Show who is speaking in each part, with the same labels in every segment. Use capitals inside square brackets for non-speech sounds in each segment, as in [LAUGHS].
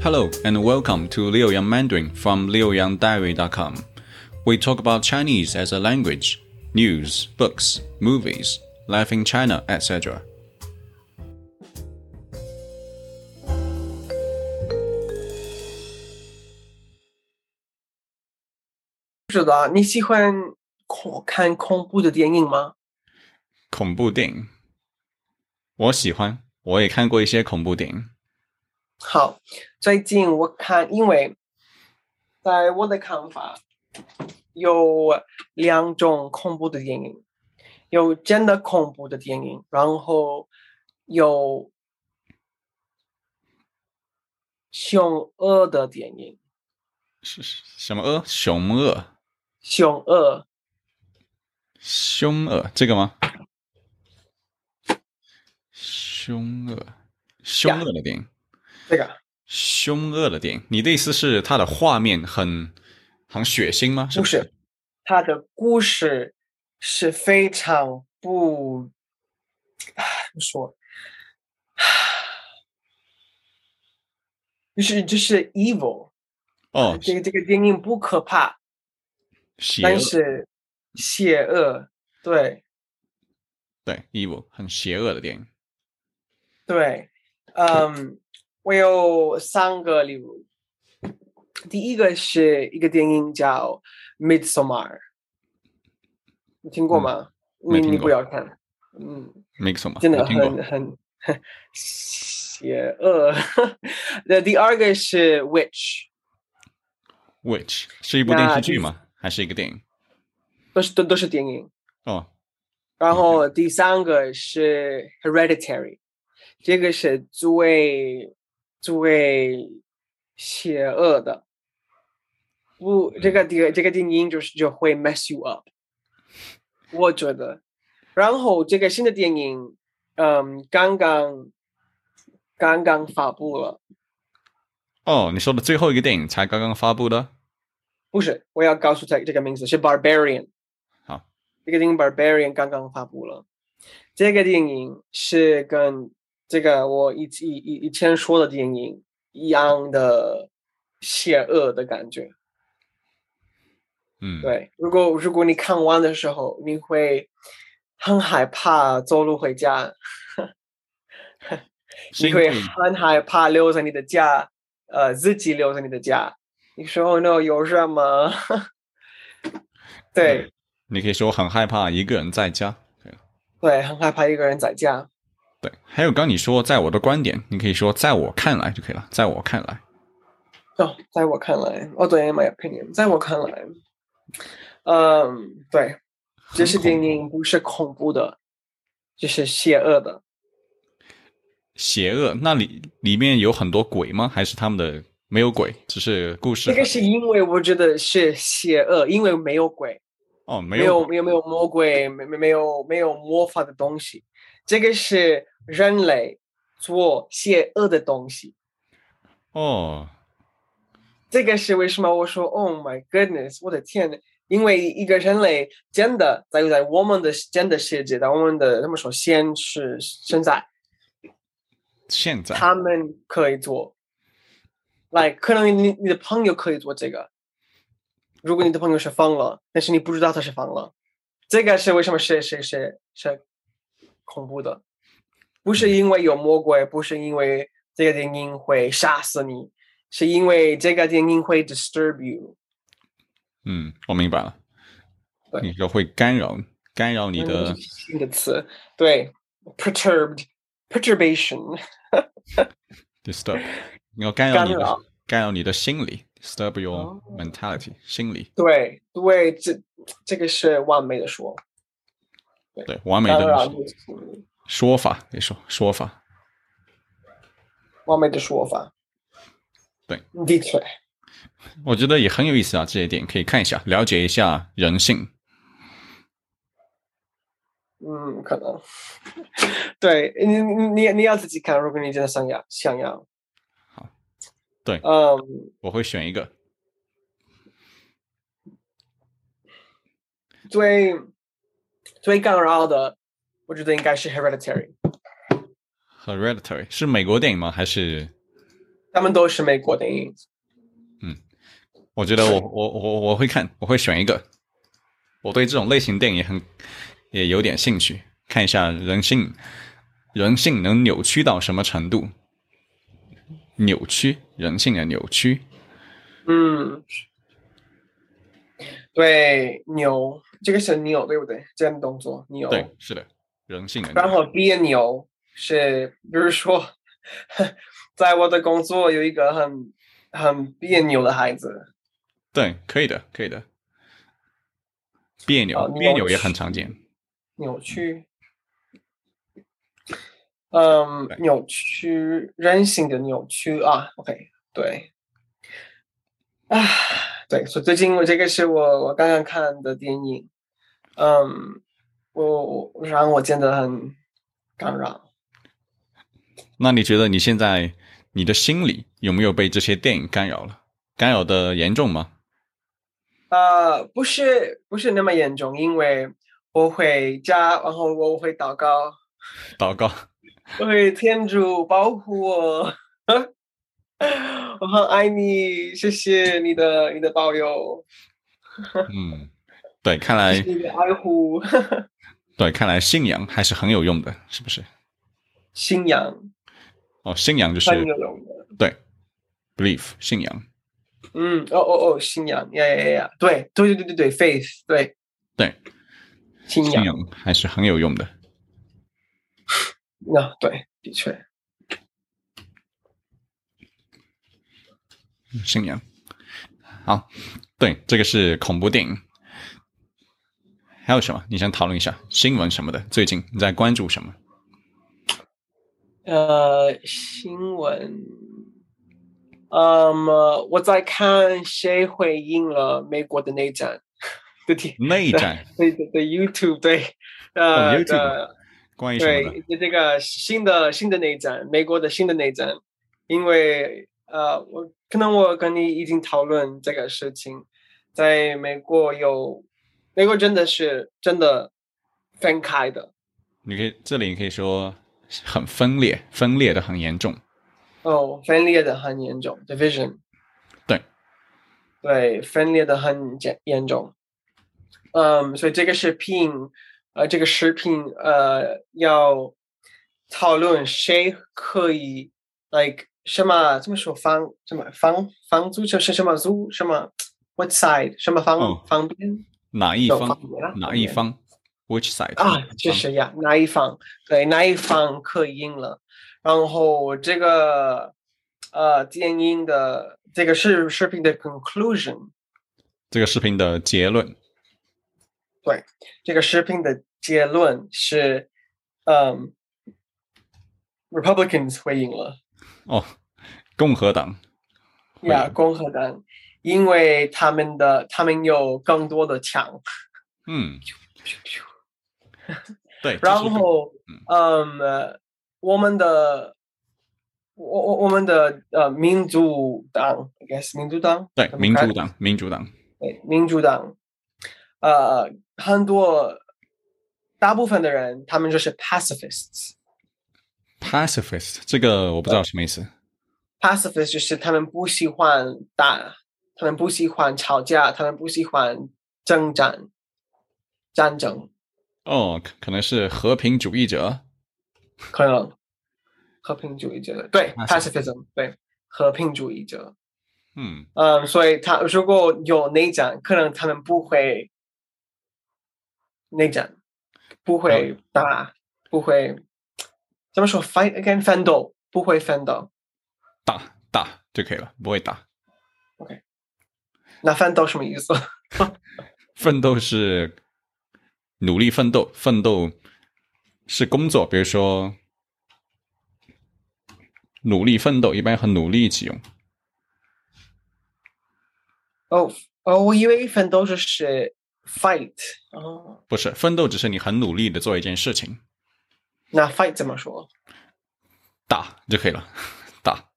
Speaker 1: Hello and welcome to Liaoyang Mandarin from liaoyangdiary.com. We talk about Chinese as a language, news, books, movies, life in China, etc.
Speaker 2: 不知道你喜欢恐看恐怖的电影吗？
Speaker 1: 恐怖电影，我喜欢，我也看过一些恐怖电影。
Speaker 2: 好，最近我看，因为在我的看法，有两种恐怖的电影，有真的恐怖的电影，然后有凶恶的电影，
Speaker 1: 是是什么恶？熊恶、
Speaker 2: 凶恶
Speaker 1: 凶恶，这个吗？凶恶，凶恶的电影，
Speaker 2: 这个
Speaker 1: 凶恶的电影。你的意思是它的画面很很血腥吗？是
Speaker 2: 不是，它的故事是非常不，唉怎么说？就是就是 evil，
Speaker 1: 哦，
Speaker 2: 这个这个电影不可怕，
Speaker 1: 邪恶
Speaker 2: 但，是邪恶，对
Speaker 1: 对，evil，很邪恶的电影。
Speaker 2: 对，嗯，我有三个例如，第一个是一个电影叫《Midsummer》，你听过
Speaker 1: 嗯
Speaker 2: 吗？
Speaker 1: 没
Speaker 2: 你
Speaker 1: 听
Speaker 2: 你
Speaker 1: 过
Speaker 2: 不要看，嗯。
Speaker 1: 没什么，
Speaker 2: 真的
Speaker 1: 我听过
Speaker 2: 很很 [LAUGHS] 邪恶。那第二个是 Witch，
Speaker 1: ，Which 是一部
Speaker 2: 那
Speaker 1: 电视
Speaker 2: 第
Speaker 1: 剧
Speaker 2: 四
Speaker 1: 吗？还是一个电影？
Speaker 2: 都是都都是电影。
Speaker 1: 哦，
Speaker 2: 然
Speaker 1: OK
Speaker 2: 后第三个是 Hereditary，这个是最最邪恶的。不，这
Speaker 1: 嗯
Speaker 2: 个这个这个电影就是就会 mess you up，我觉得。然后这个新的电影，嗯，刚刚刚刚发布了，
Speaker 1: 哦，你说的最后一个电影才刚刚发布的？
Speaker 2: 不是，我要告诉他这个名字是 Barbarian。
Speaker 1: 好，
Speaker 2: 这个电影 Barbarian 刚刚发布了。这个电影是跟这个我以以以以前说的电影一样的邪恶的感觉。
Speaker 1: 嗯，，
Speaker 2: 对，如果如果你看完的时候，你会很害怕走路回家，
Speaker 1: 是
Speaker 2: 你
Speaker 1: 因为
Speaker 2: 会很害怕留在你的家，呃，自己留在你的家。你说 “Oh no，有什么？” [LAUGHS] 对。
Speaker 1: 你可以说很害怕一个人在家。对
Speaker 2: 对，很害怕一个人在家。
Speaker 1: 对，还有刚你说在我的观点，你可以说在我看来就可以了，在我看来。
Speaker 2: 哦，在我看来，哦，对，in my opinion，在我看来，嗯，对，这是
Speaker 1: 很恐
Speaker 2: 电影不是恐怖的，这是邪恶的。
Speaker 1: 邪恶，那里里面有很多鬼吗？还是他们的没有鬼，只是故事
Speaker 2: 这
Speaker 1: 很？
Speaker 2: 个是因为我觉得是邪恶，因为没有鬼，
Speaker 1: 哦，没
Speaker 2: 没有
Speaker 1: 有
Speaker 2: 没有没有魔鬼，没没没有没有魔法的东西，这个是人类做邪恶的东西。
Speaker 1: 哦，
Speaker 2: 这个是为什么我说 “Oh my goodness”，我的天呐！因为一个人类真的在在我们的真的世界，在我们的他们说现实现在，
Speaker 1: 现在
Speaker 2: 他们可以做，来、可能你你的朋友可以做这个，如果你的朋友是疯了，但是你不知道他是疯了，这个是为什么是是是是恐怖的，不是因为有魔鬼，不是因为这个电影会杀死你，是因为这个电影会 disturb you。
Speaker 1: 嗯，我明白了。
Speaker 2: 对
Speaker 1: 你说会干扰干扰你的
Speaker 2: 嗯新的词，对，perturbed perturbation
Speaker 1: disturb，你要干扰
Speaker 2: 干
Speaker 1: 你的
Speaker 2: 扰，
Speaker 1: 干扰你的心理，disturb your
Speaker 2: 哦
Speaker 1: mentality，心理
Speaker 2: 对对，这这个是完美的说，
Speaker 1: 对完美
Speaker 2: 干扰
Speaker 1: 的
Speaker 2: 你的心理
Speaker 1: 说法，你说说法
Speaker 2: 完美的说法，
Speaker 1: 对，
Speaker 2: 的确，
Speaker 1: 我觉得也很有意思啊，这一点可以看一下，了解一下人性。
Speaker 2: 嗯，可能，对你你你要自己看，如果你真的想要想要，
Speaker 1: 好，对
Speaker 2: 嗯，
Speaker 1: 我会选一个，
Speaker 2: 最最干扰的，我觉得应该是 hereditary，
Speaker 1: 《Hereditary》是美国电影吗？还是
Speaker 2: 他们都是美国电影。
Speaker 1: 我觉得我我我我会看，我会选一个。我对这种类型电影也很也有点兴趣，看一下人性人性能扭曲到什么程度，扭曲人性的扭曲。
Speaker 2: 嗯，对，扭，这个是扭，对不对？这样的动作扭。
Speaker 1: 对，是的，人性的
Speaker 2: 然
Speaker 1: 扭曲。
Speaker 2: 后别扭是，比如说， [LAUGHS] 在我的工作有一个很很别扭的孩子，
Speaker 1: 对，可以的，可以的。别扭
Speaker 2: 好，扭
Speaker 1: 别扭也
Speaker 2: 曲
Speaker 1: 很常见。
Speaker 2: 扭曲，嗯
Speaker 1: 对，
Speaker 2: 扭曲，人性的扭曲啊，OK，对，啊，对，所以最近我这个是我我刚刚看的电影，嗯，我我让我真的很感染。
Speaker 1: 那你觉得你现在你的心理有没有被这些电影干扰了？干扰的严重吗？ [LAUGHS]
Speaker 2: 呃，不是不是那么严重，因为我回家，然后我会祷告，
Speaker 1: 祷告，
Speaker 2: [LAUGHS] 我会天主保护我， [LAUGHS] 我很爱你，谢谢你的你的保佑，
Speaker 1: 嗯，对，看
Speaker 2: 谢
Speaker 1: 来
Speaker 2: 谢你的爱护， [LAUGHS]
Speaker 1: 对，看来信仰还是很有用的，是不是？
Speaker 2: 信仰
Speaker 1: 哦，信仰就是
Speaker 2: 很有用的。
Speaker 1: belief，信仰。
Speaker 2: 嗯，哦哦哦，信仰，呀呀呀，对对对对对对，faith，对
Speaker 1: 对，
Speaker 2: 信
Speaker 1: 信
Speaker 2: 仰，
Speaker 1: 仰还是很有用的。
Speaker 2: 那啊对，的确，
Speaker 1: 信仰。好，对，这个是恐怖电影。还有什么？你想讨论一下新闻什么的？最近你在关注什
Speaker 2: [LAUGHS]
Speaker 1: 么？
Speaker 2: 呃，新闻，嗯，我在看谁回应了美国的内战 [LAUGHS] 的电，
Speaker 1: 内战
Speaker 2: 对对对，YouTube 对，
Speaker 1: 哦
Speaker 2: 呃、
Speaker 1: ，YouTube
Speaker 2: 的
Speaker 1: 关于什么的？
Speaker 2: 对这个新的新的内战，美国的新的内战，因为呃，我可能我跟你已经讨论这个事情，在美国有，美国真的是真的分开的，
Speaker 1: 你可以这里你可以说很分裂，分裂的很严重。
Speaker 2: 哦，分裂的很严重，division。
Speaker 1: 对。
Speaker 2: 对，分裂的很严严重。嗯，所以这个视频，呃，这个视频，呃，要讨论谁可以，like 什么怎么说防什么防防租就是什么租什么 what side 什么方、
Speaker 1: 哦
Speaker 2: 方边
Speaker 1: 哪一
Speaker 2: 有
Speaker 1: 方
Speaker 2: 方？言啊
Speaker 1: 哪
Speaker 2: 方
Speaker 1: 一
Speaker 2: 言
Speaker 1: 方？Which side？
Speaker 2: 啊，
Speaker 1: 嗯
Speaker 2: 就是呀，那一方对那一方刻印了，然后这个呃电影的这个视视频的 conclusion，
Speaker 1: 这个视频的结论。
Speaker 2: 这个视频的结论是，嗯，Republicans 会赢了，
Speaker 1: 哦，共和党会
Speaker 2: 呀，
Speaker 1: 赢
Speaker 2: 共和党，因为他们的他们有更多的枪，
Speaker 1: 嗯，对，这
Speaker 2: 然
Speaker 1: 是个
Speaker 2: 后，嗯，呃我们的，我我我们的呃民主党，I guess 民主党，
Speaker 1: 对民
Speaker 2: Democrat
Speaker 1: 主党，民主党，
Speaker 2: 对民主党，呃，很多大部分的人他们就是 pacifists。
Speaker 1: pacifist 这个我不知道什么意思。
Speaker 2: pacifist 就是他们不喜欢打，他们不喜欢吵架，他们不喜欢征战、战争，
Speaker 1: 哦，可可能是和平主义者。
Speaker 2: 可能和平主义者对
Speaker 1: Pacifist
Speaker 2: pacifism 对和平主义者，
Speaker 1: 嗯，
Speaker 2: 嗯，所以他如果有内战，可能他们不会内战，不会打，不会怎么说 fight again 奋斗，不会奋斗。
Speaker 1: 打打就可以了，不会打。
Speaker 2: 那奋斗什么意思？ [LAUGHS]
Speaker 1: 奋斗是努力奋斗，奋斗是工作，比如说努力奋斗，一般和努力一起用。
Speaker 2: 哦哦，我以为奋斗就是 fight 哦。
Speaker 1: 不是奋斗，只是你很努力的做一件事情，
Speaker 2: 那 fight 怎么说？
Speaker 1: 打就可以了，打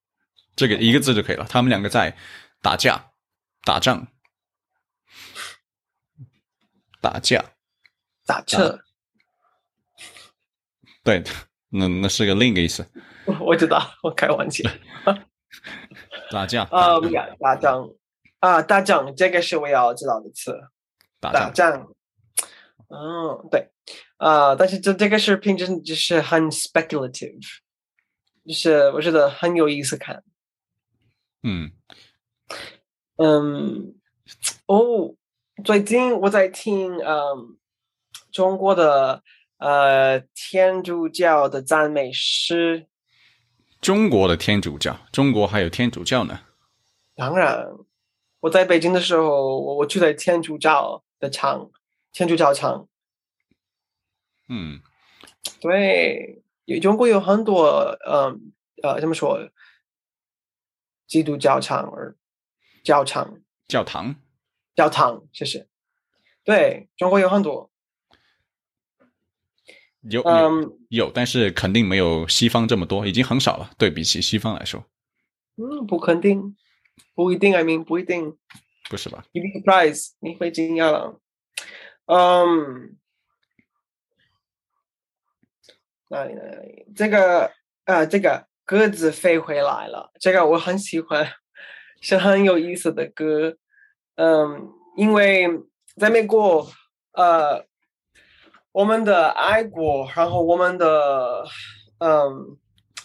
Speaker 1: 这个一个字就可以了。他们两个在打架、打仗、打架。
Speaker 2: 打车， [LAUGHS]
Speaker 1: 对，那那是个另一个意思。
Speaker 2: [LAUGHS] 我知道，我开玩笑。
Speaker 1: 打架
Speaker 2: 啊，
Speaker 1: 打
Speaker 2: 不要打仗啊，打仗这个是我要知道的词，
Speaker 1: 打
Speaker 2: 打
Speaker 1: 架，
Speaker 2: 仗。嗯，对，啊，但是这这个视频真就是很 speculative，就是我觉得很有意思看。
Speaker 1: 嗯
Speaker 2: 嗯，哦，最近我在听嗯中国的呃天主教的赞美诗，
Speaker 1: 中国的天主教，中国还有天主教呢。
Speaker 2: 当然我在北京的时候，我我去的天主教的场，天主教场，
Speaker 1: 嗯，
Speaker 2: 对，有中国有很多嗯呃怎么说，基督教场而教场
Speaker 1: 教堂，
Speaker 2: 教堂，谢谢，对中国有很多，
Speaker 1: 有有
Speaker 2: 嗯。
Speaker 1: 有，但是肯定没有西方这么多，已经很少了。对比起西方来说，
Speaker 2: 嗯，不肯定，不一定，I mean 不一定
Speaker 1: 不是吧？
Speaker 2: ，you'd be surprised，你会惊讶了。嗯，哪里哪里？这个啊，这个鸽子飞回来了，这个我很喜欢，是很有意思的歌。嗯，因为在美国，呃，我们的爱国，然后我们的，嗯，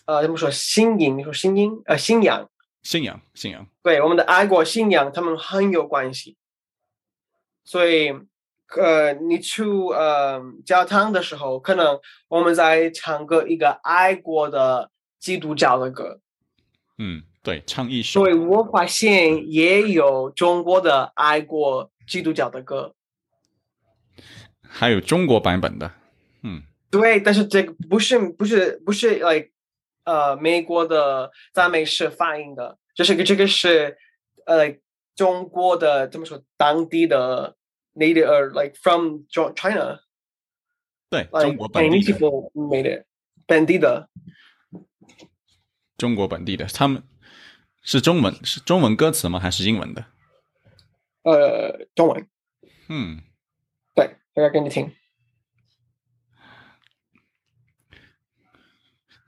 Speaker 2: 呃，怎么说？新颖，你说新颖，呃，信仰。
Speaker 1: 信仰，信仰，
Speaker 2: 对我们的爱国信仰，他们很有关系。所以，呃，你去呃教堂的时候，可能我们在唱歌一个爱国的基督教的歌。
Speaker 1: 嗯，对，唱一首
Speaker 2: 所以，我发现也有中国的爱国基督教的歌。
Speaker 1: 还有中国版本的，嗯，
Speaker 2: 对，但是这个不是不是不是 like 呃美国的赞美诗翻译的，这是个这个是呃中国的怎么说当地的 native 呃 like from Jo- China
Speaker 1: 对，中
Speaker 2: like
Speaker 1: 国本地
Speaker 2: Chinese
Speaker 1: 的，
Speaker 2: people made it 本地的
Speaker 1: 中国本地的，他们是中文是中文歌词吗？还是英文的？
Speaker 2: 呃中文，
Speaker 1: 嗯，
Speaker 2: 对，大家给你听，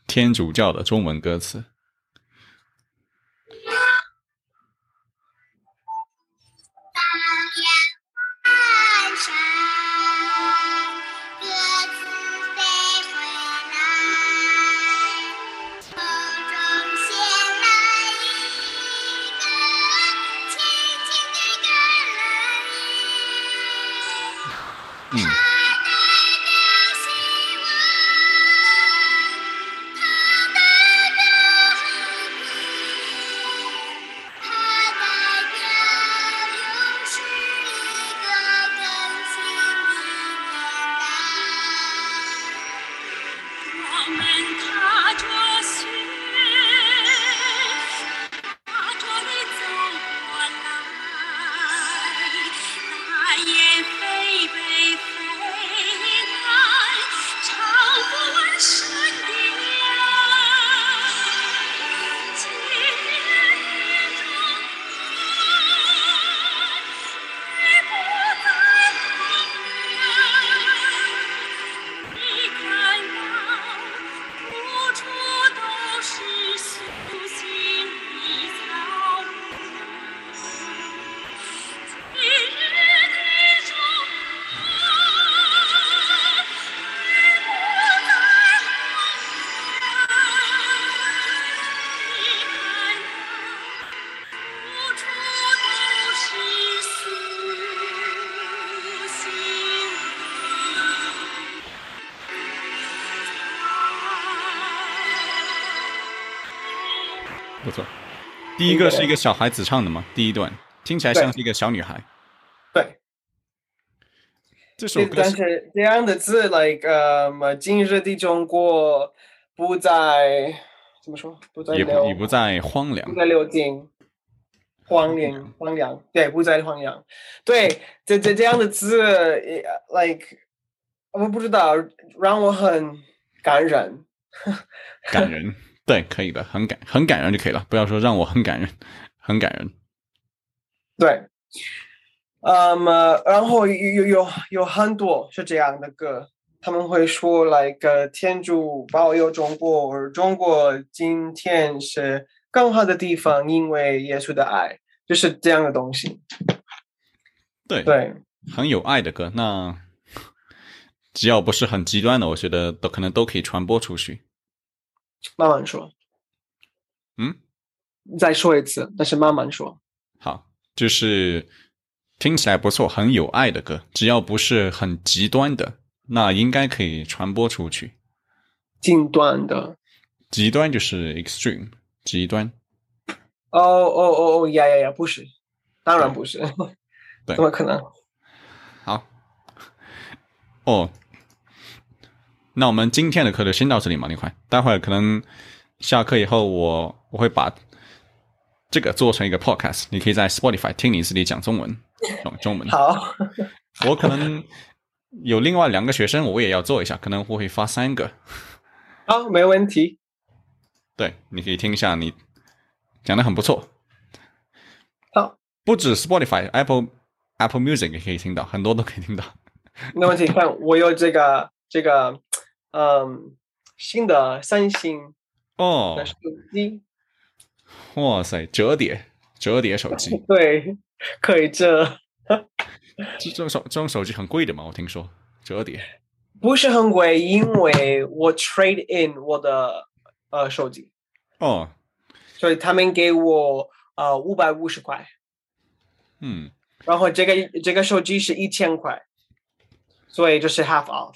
Speaker 1: 天主教的中文歌词，
Speaker 3: 半山，鸽子飞回来，空中衔来一个轻轻的橄榄叶。
Speaker 1: 嗯，
Speaker 3: 它代表希望，它代表和平，它代表又是一个更新的年代。我们踏着雪，踏着你走过来，大雁飞飞飞来，唱不完山的爱，今夜中国。你不再狂热，你看到处处都是苏醒的草原。今日的中国，你不再狂热，你看到。无处都是苏醒的爱。
Speaker 1: 不错。第一个是一个小孩子唱的吗？第一段听起来像是一个小女孩。
Speaker 2: 对，
Speaker 1: 这首
Speaker 2: 这
Speaker 1: 歌
Speaker 2: 但
Speaker 1: 是
Speaker 2: 是这样的字 like 呃今日的中国不再怎么说不再
Speaker 1: 也不
Speaker 2: 流
Speaker 1: 也不再荒凉
Speaker 2: 不。在六京，荒凉，荒凉，对，不在荒凉，对，这这这样的字也，like，我不知道，让我很感人。
Speaker 1: 感人，对，可以的，很感很感人就可以了，不要说让我很感人， [LAUGHS] 很感人。
Speaker 2: 对，嗯、呃然后有有有有很多是这样的歌，他们会说 like 呃天主保佑中国，而中国今天是更好的地方，因为耶稣的爱，就是这样的东西。
Speaker 1: 对，
Speaker 2: 对，
Speaker 1: 很有爱的歌。那只要不是很极端的，我觉得都可能都可以传播出去。
Speaker 2: 慢慢说。
Speaker 1: 嗯，
Speaker 2: 再说一次，但是慢慢说。
Speaker 1: 好，就是听起来不错，很有爱的歌，只要不是很极端的，那应该可以传播出去。
Speaker 2: 近端的。
Speaker 1: 极端就是 extreme，极端。
Speaker 2: 哦哦哦哦，呀呀呀，不是，当然
Speaker 1: 对
Speaker 2: 不是，
Speaker 1: 对
Speaker 2: 怎么可能？
Speaker 1: 好，哦，那我们今天的课就先到这里嘛，李宽。待会儿可能下课以后我，我会把这个做成一个 podcast，你可以在 Spotify 听你自己讲中文，讲中文。
Speaker 2: 好，
Speaker 1: 我可能有另外两个学生，我也要做一下，可能我会发三个。
Speaker 2: 好，没问题。
Speaker 1: 对，你可以听一下，你讲的很不错。
Speaker 2: 好，
Speaker 1: 不止 Spotify、Apple、Apple Music 也可以听到，很多都可以听到。
Speaker 2: 没问题。看我有这个这个，嗯，新的三星
Speaker 1: 哦
Speaker 2: 的，手机，
Speaker 1: 哇塞，折叠折叠手机，
Speaker 2: 对，可以这
Speaker 1: 这这种手这种手机很贵的嘛，我听说折叠。
Speaker 2: 不是很贵，因为我 trade in 我的呃手机，
Speaker 1: 哦，
Speaker 2: 所以他们给我呃五百五十块，
Speaker 1: 嗯，
Speaker 2: 然后这个这个手机是一千块，所以就是 half off。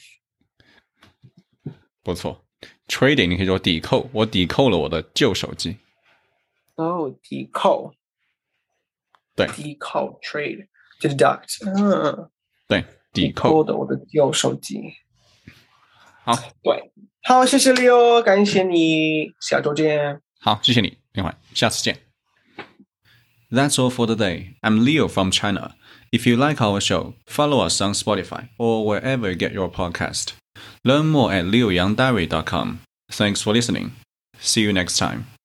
Speaker 1: 不错。Trading 你可以说抵扣，我抵扣了我的旧手机。
Speaker 2: 哦，抵扣，
Speaker 1: 对
Speaker 2: 抵扣 trade deduct，嗯，
Speaker 1: 对，抵
Speaker 2: 扣
Speaker 1: 扣。
Speaker 2: 的我的旧手机。
Speaker 1: 好，
Speaker 2: 对，好，谢谢 Leo，感谢你，下周见。
Speaker 1: 好，谢谢你，另外，下次见。That's all for today. I'm Leo from China. If you like our show, follow us on Spotify or wherever you get your podcast. Learn more at leoyangdiary.com. Thanks for listening. See you next time.